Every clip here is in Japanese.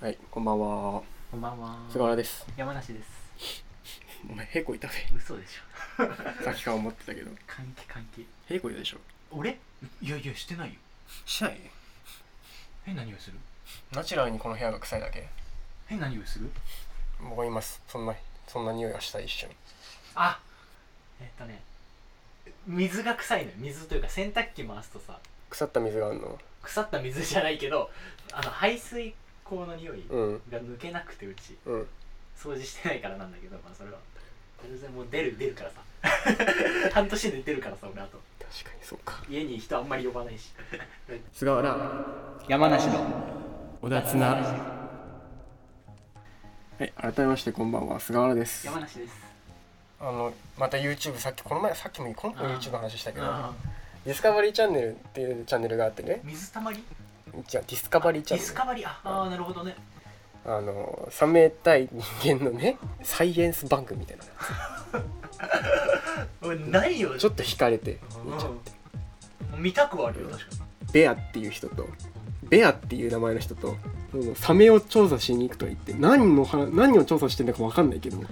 はい、こんばんは。こんばんは。菅原です。山梨です。お前、へこいたぜ。嘘でしょ。さっきから思ってたけど。関係関係。へこいたでしょ。俺？いやいやしてないよしない変な匂いするナチュラルにこの部屋が臭いだけ。変な匂いする思います。そんな、そんな匂いがしたい一瞬。あ、えっとね、水が臭いのよ。水というか洗濯機回すとさ、腐った水があるの。腐った水じゃないけど、あの排水口の匂いうん。が抜けなくてうちうん。掃除してないからなんだけど、まあそれは。全然もう出る出るからさ。 半年で出るからさ、俺あと。確かにそうか。家に人あんまり呼ばないし。菅原、山梨の。小田綱。はい、改めまして、こんばんは。菅原です。山梨です。あの、また YouTube、さっき、この前、さっきも、この前 YouTube の話したけど、あディスカバリーチャンネルっていうチャンネルがあってね、水たまり？じゃあディスカバリーチディャンネスル。カバリー。あ、あーなるほどね。あの冷めたい人間のねサイエンス番組みたいな俺ないよちょっと惹かれて見ちゃううん見たくはあるよ確かベアっていう人とベアっていう名前の人とそのサメを調査しに行くとは言って何の話何を調査してるのか分かんないけどに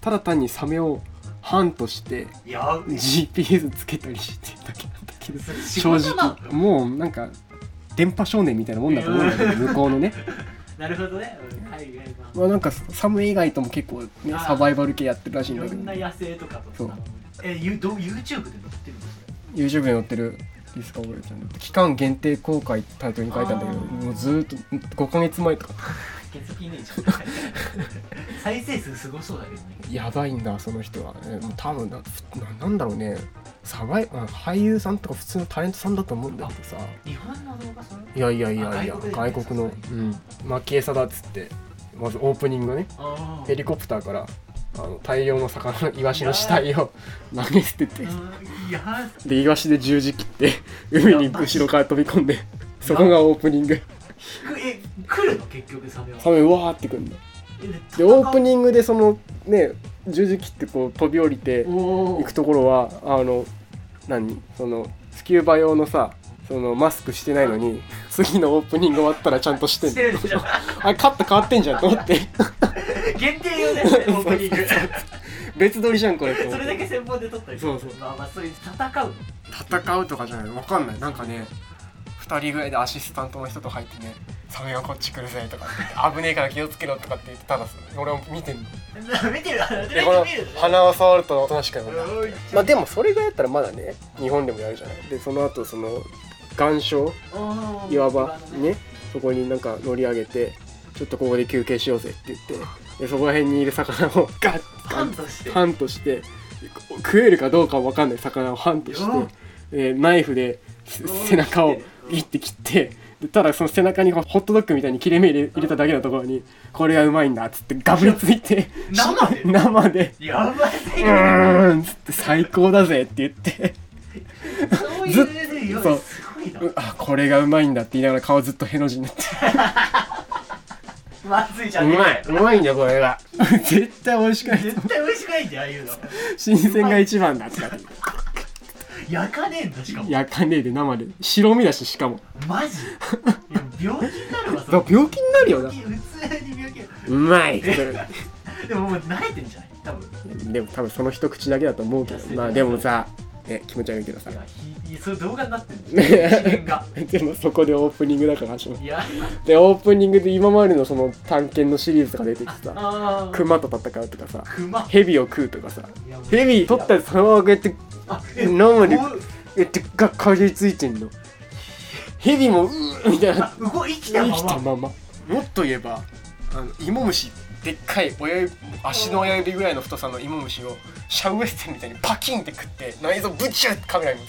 ただ単にサメをハントしていや GPS つけたりしてるだけなんだけどそれ正仕事な直もうなんか電波少年みたいなもんだと思うんだけど向こうのねなるほどね、うん、海外版まあなんかサメ以外とも結構、ね、サバイバル系やってるらしいいんろだけんどな野生とかとさそうえゆどう YouTube で載ってるのそれ YouTube に載ってるディスカバリーチャンネル期間限定公開ってタイトルに書いたんだけどあーもうずーっと5ヶ月前とか血液イメージ 再生数すごそうだけどねやばいんだその人は、えーもう多分なななんだろうねサバイあ俳優さんとか普通のタレントさんだと思うんだけどさ日本の動画それいやいやいやいやあ外外国国ののうん蒔餌だっつってまずオープニングねあヘリコプターからあの大量の魚のイワシの死体を投げ捨てていやでイワシで十字切って海に後ろから飛び込んでそこがオープニングくえ来るの結局サメはサメうわーってくるんだえでオープニングでそのね十字切ってこう飛び降りておお行くところはあの何そのスキューバ用のさそのマスクしてないのに 次のオープニング終わったらちゃんとしてんしのてるでしょあカット変わってんじゃんと思って 限定用ねオープニング別撮りじゃんこれと思そっれだてけ先方で撮ったりそうそうまあまあそういう戦う戦うとかじゃないわかんないなんかね2人ぐらいでアシスタントの人と入ってね「サメがこっち来るぜ」とかって言って「危ねえから気をつけろ」とかって言ってただ俺も見てんの 見 てるでこの見る鼻を触るとおとなしくなるんだおいまあでもそれがやったらまだね日本でもやるじゃないでその後その岩礁おー岩場ねそこになんか乗り上げてちょっとここで休憩しようぜって言ってでそこら辺にいる魚を ガッパンとしてハンとして食えるかどうかわかんない魚をハンとしうんてでナイフです背中をうんギッて切ってでただその背中にこうホットドッグみたいに切れ目入れ入れただけのところにこれがうまいんだっつってガブりついて生で 生でやばいうーんっつって最高だぜって言ってそうずっいうそうすごいなうあこれがうまいんだって言いながら顔ずっとへの字になってまずいじゃんうまいんだこれが絶対美味しくない絶対美味しくないじゃんああいうの新鮮が一番だって焼かねえんだしかも焼かねえで生で白身だししかもマジ いや病気になるわそだれから病気になるよな普通に病気うま いでももう慣れてんじゃない多分でも多分その一口だけだと思うけどまあでもさ、ね、気持ち悪いけどさいやひそういう動画になってんの一面が でもそこでオープニングだから始まるいやでオープニングで今までのその探検のシリーズとか出てきてさあー熊と戦うとかさ熊蛇を食うとかさいやもう蛇取ったやつそのままこうやってあえ生でこうえってがかじりついてんの蛇もうーみたいなあ動い生きた生まきたまままもっと言えばあのイモムシでっかい親指足の親指ぐらいの太さのイモムシをシャウエッセンみたいにパキンって食って内臓ブチュッてカメラに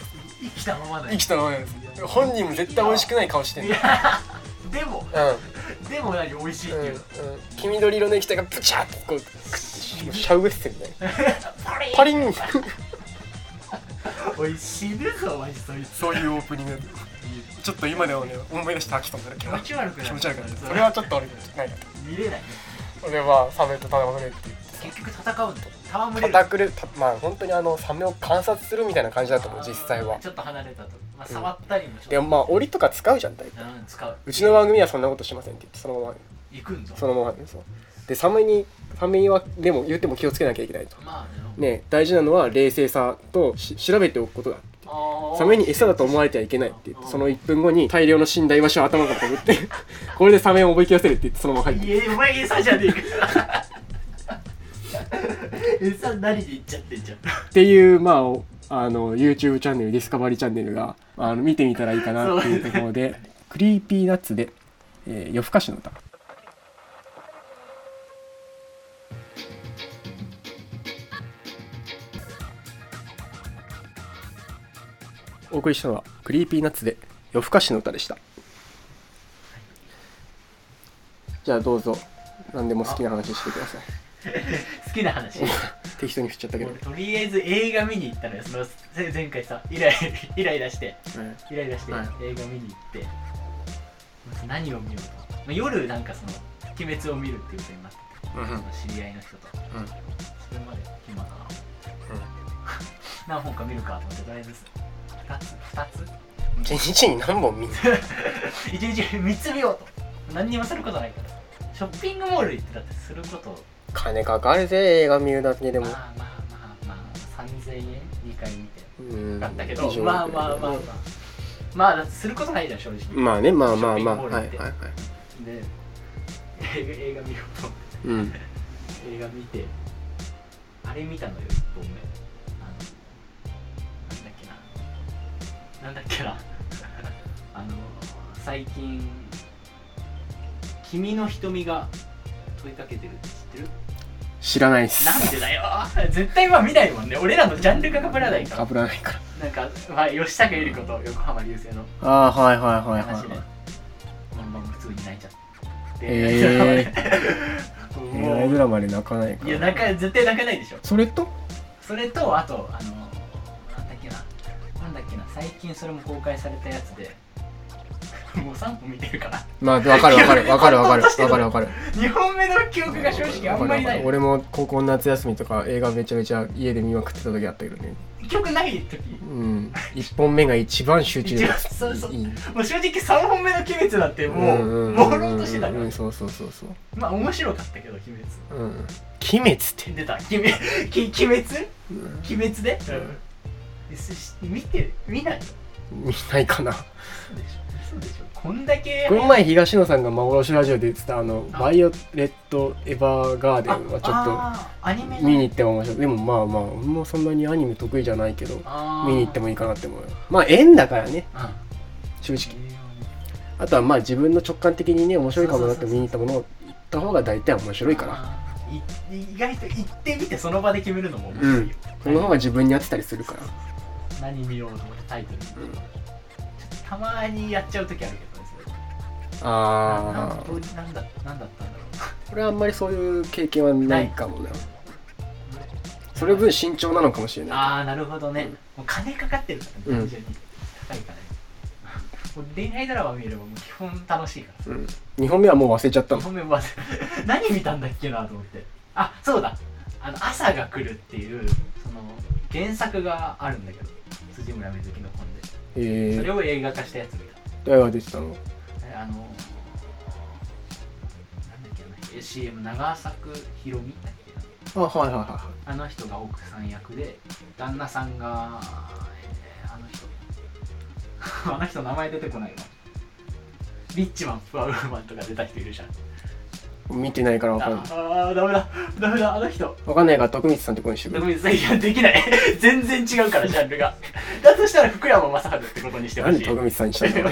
生きたままだ生よきたままなんです本人も絶対美味しくない顔してんいのやでもうでも何美味しいっん、うてん、いううん黄緑色の液体がブチャーってこう食ってシャウエッセンみたいなパリンおい死ぬぞマジそいつそういうオープニングちょっと今でもね思い出して飽きたんだけ気ど持ち悪くなる気持ち悪くなるそれはちょっと俺ないな見れない俺はサメと戦れるっていう結局戦うんだ戯れる叩くるたまあ本当にあのサメを観察するみたいな感じだと思う実際はちょっと離れたとまあ触ったりもちょっでともまあ檻とか使うじゃん大体うん使ううちの番組はそんなことしませんって言ってそのまま行くんだそのままそうでサメにサメはでも言っても気をつけなきゃいけないとまあねね大事なのは冷静さとし調べておくことだあーサメに餌だと思われてはいけないって言ってその1分後に大量の死んだイワシを頭からぶって これでサメをおびき寄せるって言ってそのまま入っていやお前餌じゃね えか餌何でいっちゃってんじゃんっていうまあおあの YouTube チャンネルディスカバリーチャンネルがあの見てみたらいいかなっていうところで「クリーピーナッツで」えー夜更かしの歌」お送りしたのは「クリーピーナッツで夜更かしの歌」でしたじゃあどうぞ何でも好きな話してください好きな話適当に振っちゃったけど俺、とりあえず映画見に行ったのよその前前回さイライ イライラしてイライラして映は画い見に行って、まず何を見ようと、まあ、夜なんかその「鬼滅」を見るっていうことになってうんうんその知り合いの人と、うんそれまで暇だな、 何本か見るかと思ってとりあえず2つ2つ一日に何本見る一日3つ見ようと何にもすることないからショッピングモール行ってだってすること金かかるぜ映画見るだけでもまあまあまあまあ3000円2回見てうんだったけど以上まあまあまあまあまあだってすることないじゃん正直まあねまあまあまあショッピングモーはいルっはいてはいで映画映画見ようと思っうんて映画見てあれ見たのよ1本目あのなんだっけななんだっけな あの最近「君の瞳が問いかけてる」って知ってる知らないっすなんでだよ絶対まあ見ないもんね俺らのジャンルが被らないからかぶらないからなんか、まあ、吉高由里子と横浜流星のああはいはいはいは話いで、はいまあまあ普通に泣いちゃって へ恋も愛うドラマで泣かないかいやら泣か絶対泣かないでしょそれとそれとあとあのなんだっけななんだっけな最近それも公開されたやつでもう3本見てるからまあわかるわか るわかるわかるいやわかるわかる2本目の記憶が正直あんまりない俺も高校の夏休みとか映画めちゃめちゃ家で見まくってた時あったけどね記憶ない時うん1本目が一番集中力一番そうそういいもう正直3本目の「鬼滅」なんてもんんうん朦朧としてたかうんらそうそうそうそうまあ面白かったけど「鬼滅うん鬼滅っ」て出た「鬼滅」き「鬼滅」うん鬼滅んで、ですし見て見ないよ見ないかなそうでしょそうでしょこんだけこの前東野さんが幻ラジオで言ってたあの「あバイオレット・エヴァーガーデン」はちああーアニょっメと見にの行っても面白いでもまあまあ俺もそんなにアニメ得意じゃないけどあー見に行ってもいいかなって思うよまあ縁だからねうん正直あとはまあ自分の直感的にね面白いかもなって見に行ったものを行った方が大体面白いからあーい意外と行ってみてその場で決めるのも面白いよ、その方が自分に合ってたりするから何見ようと思ってタイトル、んたまにやっちゃう時あるけどねそれななあんどうなんだなんだったんだろあ俺はあんまりそういう経験はないかもなうそれ分慎重なのかもしれないああなるほどね、うんもう金かかってるから単純に、高いからねもう恋愛ドラマ見ればもう基本楽しいからうん2本目はもう忘れちゃったのごめん忘れ 何見たんだっけなと思ってあそうだあの「朝が来る」っていうその原作があるんだけど辻村瑞希の本でえそえれを映画化したやつ見た誰が出てたのえあのなんだっけなえ CM 長作ひろみだっけなあはいはいはいあの人が奥さん役で旦那さんが、えーあの人 あの人名前出てこないわリッチマンプアウーマンとか出た人いるじゃん見てないから分かんないああーダメだダメだあの人分かんないから徳光さんってことにしてくごれめん最近できない 全然違うからジャンルが だとしたら福山雅治ってことにしてほなんしでい徳光さんにしたんだろ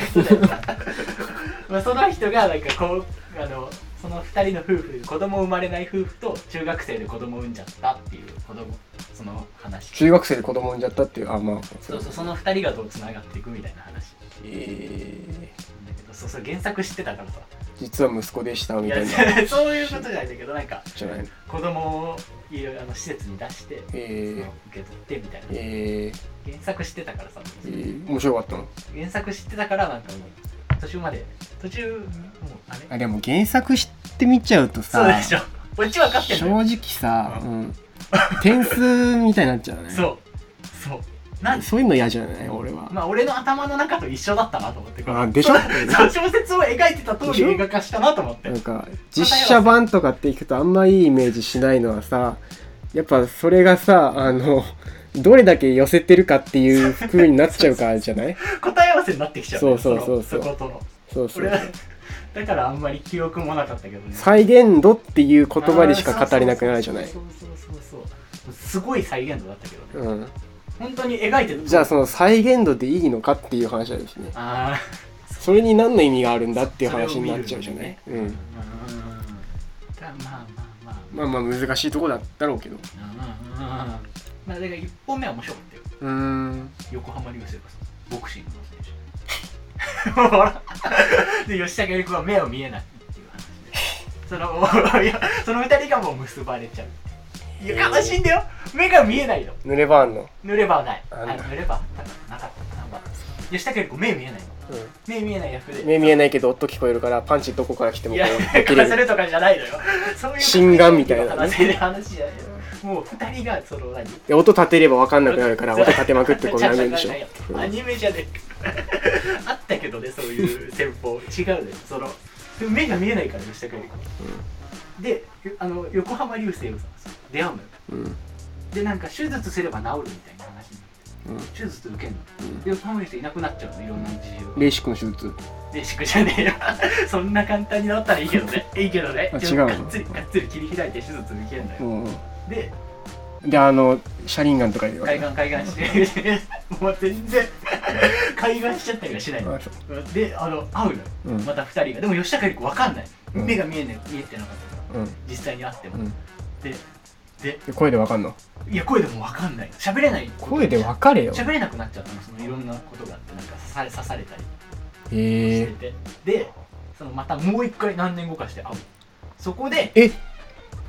う まあその人がなんかこうあのその2人の夫婦子供生まれない夫婦と中学生で子供産んじゃったっていう子供その話中学生で子供産んじゃったっていうあまあそうそうその2人がどうつながっていくみたいな話えーだけどそうそう原作知ってたからさ実は息子でしたいみたや いなそういうことじゃないんだけどなんかじゃないの子供をいろいろあの施設に出して、そえの受け取ってみたいなー、えー、原作知ってたからさえー、面白かったの原作知ってたからなんかもう途中まで途中もうあれあでも原作知ってみちゃうとそうでしょこっち分かってんのよ直さ、うん、点数みたいになっちゃうねそうそうなんそういうの嫌じゃない俺は、まあ俺の頭の中と一緒だったなと思ってこれあでしょその小説を描いてた通でしりょ映画化したなと思ってなんか実写版とかっていくとあんまいいイメージしないのはさやっぱそれがさあのどれだけ寄せてるかっていう風になっちゃうからじゃない答え合わせになってきちゃうねそうそうそうそうのそことのそうそ俺うはだからあんまり記憶もなかったけどね再現度っていう言葉でしか語れなくなるじゃないそうそうそうそうすごい再現度だったけどねうん、本当に描いてるじゃあその再現度でいいのかっていう話ですねああそれに何の意味があるんだっていう話になっちゃうじゃない、うん、だまあまあまあまあまあ難しいとこだだろうけどうんうんうんまあだから1本目は面白かったようーん横浜流星がさボクシングの選手ほらで吉高由里子は目を見えないっていう話でそのいやその2人がもう結ばれちゃういや悲しいんだよ目が見えないの濡ればあんの、塗ればはないああなんだ塗れば多分なかったかな、まあ、吉高由里子目見えないのう目見えない役でん、目見えないけど音聞こえるからパンチどこから来てもいこやうかできる らせるとかじゃないのよそういう心眼みたいなね話で話じゃないのもう2人がその何で音立てれば分かんなくなる から音立てまくってこうなるんでしょうんアニメじゃねえあったけどねそういう戦法違うねその目が見えないから吉高由里子であの横浜流星さんと出会うのようんでなんか手術すれば治るみたいな話にうんなって手術受けんのうんで横浜流星いなくなっちゃうのいろんな事情レーシックの手術でしくじゃねえよ そんな簡単に治ったらいいけど ねいいけどねあで違うのがっつりがっつり切り開いて手術受けんのうよんでであの車輪ガンとか言うわけ海岸海岸して もう全然海岸しちゃったりはしないのあそうであの会うのようんまた2人がでも吉高由里子分かんない、うん目が見えない見えてなかったからうん実際に会っても、うんででで声で分かんのいや声でも分かんない喋れない声で分かれよ喋れなくなっちゃったのそのいろんなことがあってなんか刺され刺されたりしえてて、でそのまたもう一回何年後かして会うそこでえ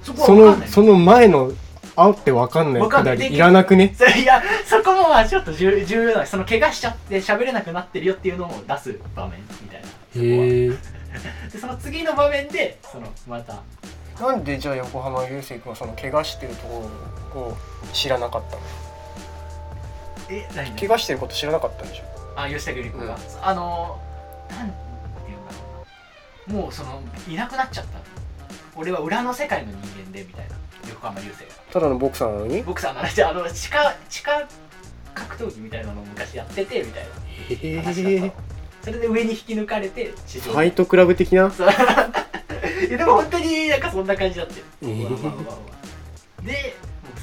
そこはそ分かんのないその前の会うって分かんないわくかんだないりいらなくねそれいやそこもまあちょっと重重要なその怪我しちゃって喋れなくなってるよっていうのを出す場面みたいなへえでその次の場面でそのまたなんでじゃあ横浜流星君はその怪我してるところを知らなかったのえ何怪我してること知らなかったんでしょあ吉田由里子が、うんあのーなんていうんだろうなもうそのいなくなっちゃった俺は裏の世界の人間でみたいな横浜流星がただのボクサーなのにボクサーの話であの地下地下格闘技みたいなのを昔やっててみたいへな話だったの、それで上に引き抜かれて地上ファイトクラブ的なそう いやでも本当になんかそんな感じだって、えーわわわわわでもう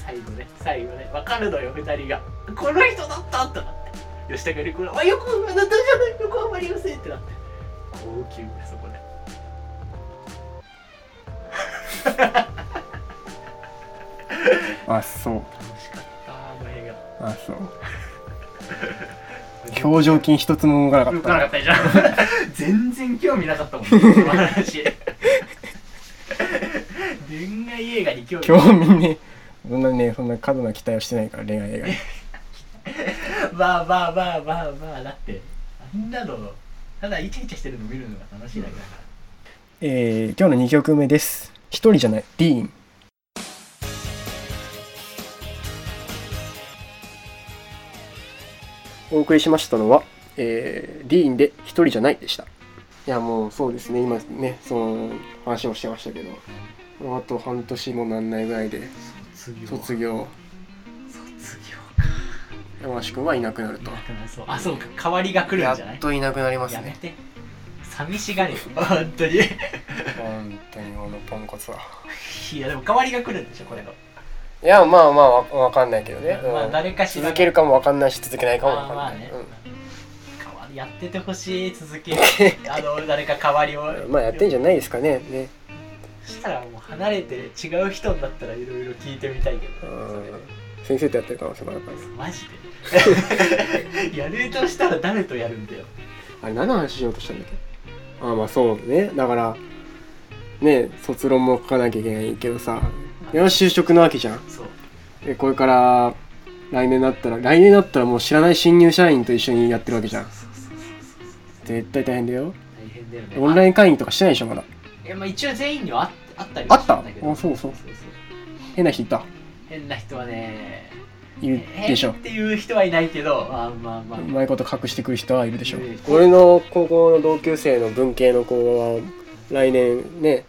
最後ね最後ね分かるのよ2人がこの人だったってなって吉高由里子が「あ横浜だったじゃない横浜流星」ってなって高級そこであそう楽しかったあの映画あそう表情筋一つも動かなか向っかたなかったじゃん 全然興味なかったもんその話恋愛映画に興味興味ねそんなねそんな過度な期待をしてないから恋愛映画に まあまあまあまあまあだってあんなのただイチャイチャしてるの見るのが楽しいだけだからえー今日の2曲目です一人じゃないディーンお送りしましたのは、えーディーンで一人じゃないでしたいやもうそうですね今ねその話もしてましたけどもうあと半年もなんないぐらいで卒業卒業卒業山橋君はいなくなるとかそうあそうか代わりが来るんじゃなやっいといなくなりますやめねて寂しがれよ本当にい本当にこのポンコツはやでも代わりが来るんでしょこれのいやまあまあわわかんないけどね、まうあん誰かしら続けるかもわかんないし続けないかもわあかんまあないね、うん代わりやっててほしい続 けあの誰か代わりをまあやってんじゃないいですかね。ねそしたらもう離れて違う人になったらいろいろ聞いてみたいけうどねそれん先生とやってる可能性もあるからね。マジでやるとしたら誰とやるんだよあれ何の話しようとしたんだっけあまあそうね。だから、ね、卒論も書かなきゃいけないけどさ、今就職なわけじゃん。そうでこれから来年だったら、来年だったらもう知らない新入社員と一緒にやってるわけじゃん。そうそうそうそうそう絶対大変だよ。大変だよねオンライン会議とかしてないでしょ、まだ。いやまあ一応全員にはああったりあったんだけどあそうそうそう変な人いた。変な人はねいるでしょ変っていう人はいないけどまあまあまあうまいこと隠してくる人はいるでしょいる俺の高校の同級生の文系の子は来年ね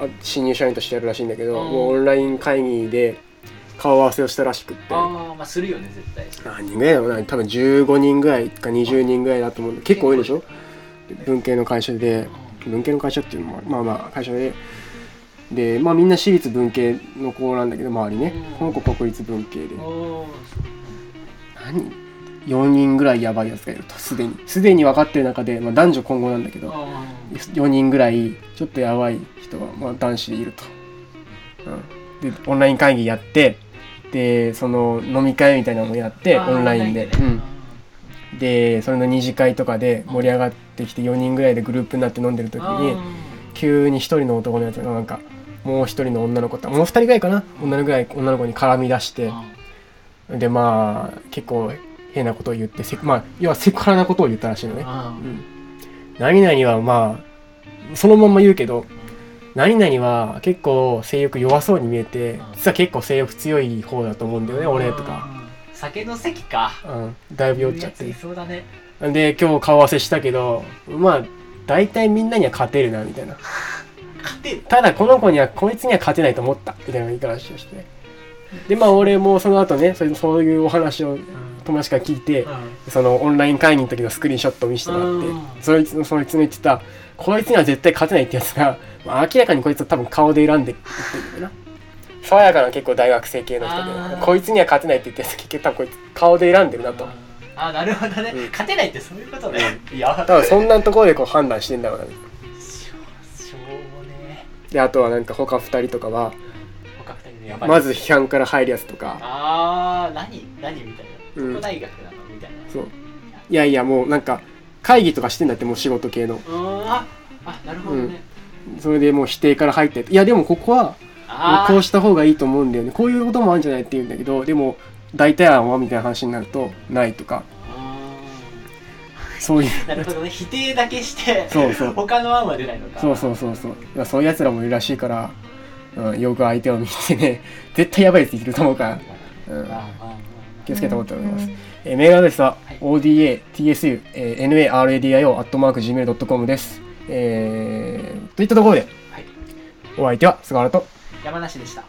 あ新入社員としてやるらしいんだけど、うんもうオンライン会議で顔合わせをしたらしくってああまあするよね絶対何人ぐらいだろうな多分15人ぐらいか20人ぐらいだと思うんだ結構多いでしょ文系の会社で文系の会社っていうのもまあまあ会社ででまあみんな私立文系の子なんだけど周りねうんこの子国立文系でおお何4人ぐらいやばいやつがいるとすでにすでに分かってる中で、まあ、男女混合なんだけど4人ぐらいちょっとやばい人が、まあ、男子でいると、うん、でオンライン会議やってでその飲み会みたいなのをやってオンラインで、うん、でそれの二次会とかで盛り上がってきて4人ぐらいでグループになって飲んでる時に急に1人の男のやつがなんかもう1人の女の子ともう2人ぐらいかな女の子ぐらい女の子に絡み出してでまあ結構変なことを言ってセクまあ要はセクハラなことを言ったらしいのね。うん、何々はまあそのまんま言うけど何々は結構性欲弱そうに見えて実は結構性欲強い方だと思うんだよね俺とか、酒の席かうん、だいぶ酔っちゃっいてやついそうだねで今日顔合わせしたけどまあ大体みんなには勝てるなみたいな勝てるただこの子にはこいつには勝てないと思ったみたいな言い方をしてでまあ俺もその後ねそういうそういうお話を友達から聞いてそのオンライン会議の時のスクリーンショットを見せてもうらっんてそいつのそいつの言ってたこいつには絶対勝てないってやつが、まあ、明らかにこいつは多分顔で選んでいってるんだよな爽やかな結構大学生系のあ人ーでこいつには勝てないって言ってたやつ結局多分こいつ顔で選んでるなとあーなるほどねうん勝てないってそういうことねいや多分そんなところでこう判断してんだろうなしょしょうもねであとはなんか他2人とかは他二人でやばいまず批判から入るやつとかああ何何みたいなうんどこ大学なのみたいなそういやいやもうなんか会議とかしてんだってもう仕事系のうんああなるほどねそれでもう否定から入っていやでもここはあこうした方がいいと思うんだよねこういうこともあるんじゃないって言うんだけどでも大体案はみたいな話になるとないとかあそういうなるほどね否定だけしてそうそう他の案は出ないのかそうそうそうそうまあそういうやつらもいるらしいから、うん、よく相手を見てね絶対やばいやついると思うから、うん、あああ気をつけて思っております、えーメールアドレスははい odatsu、えー naradio.gmail.com です、えーといったところではいお相手は菅原と山梨でした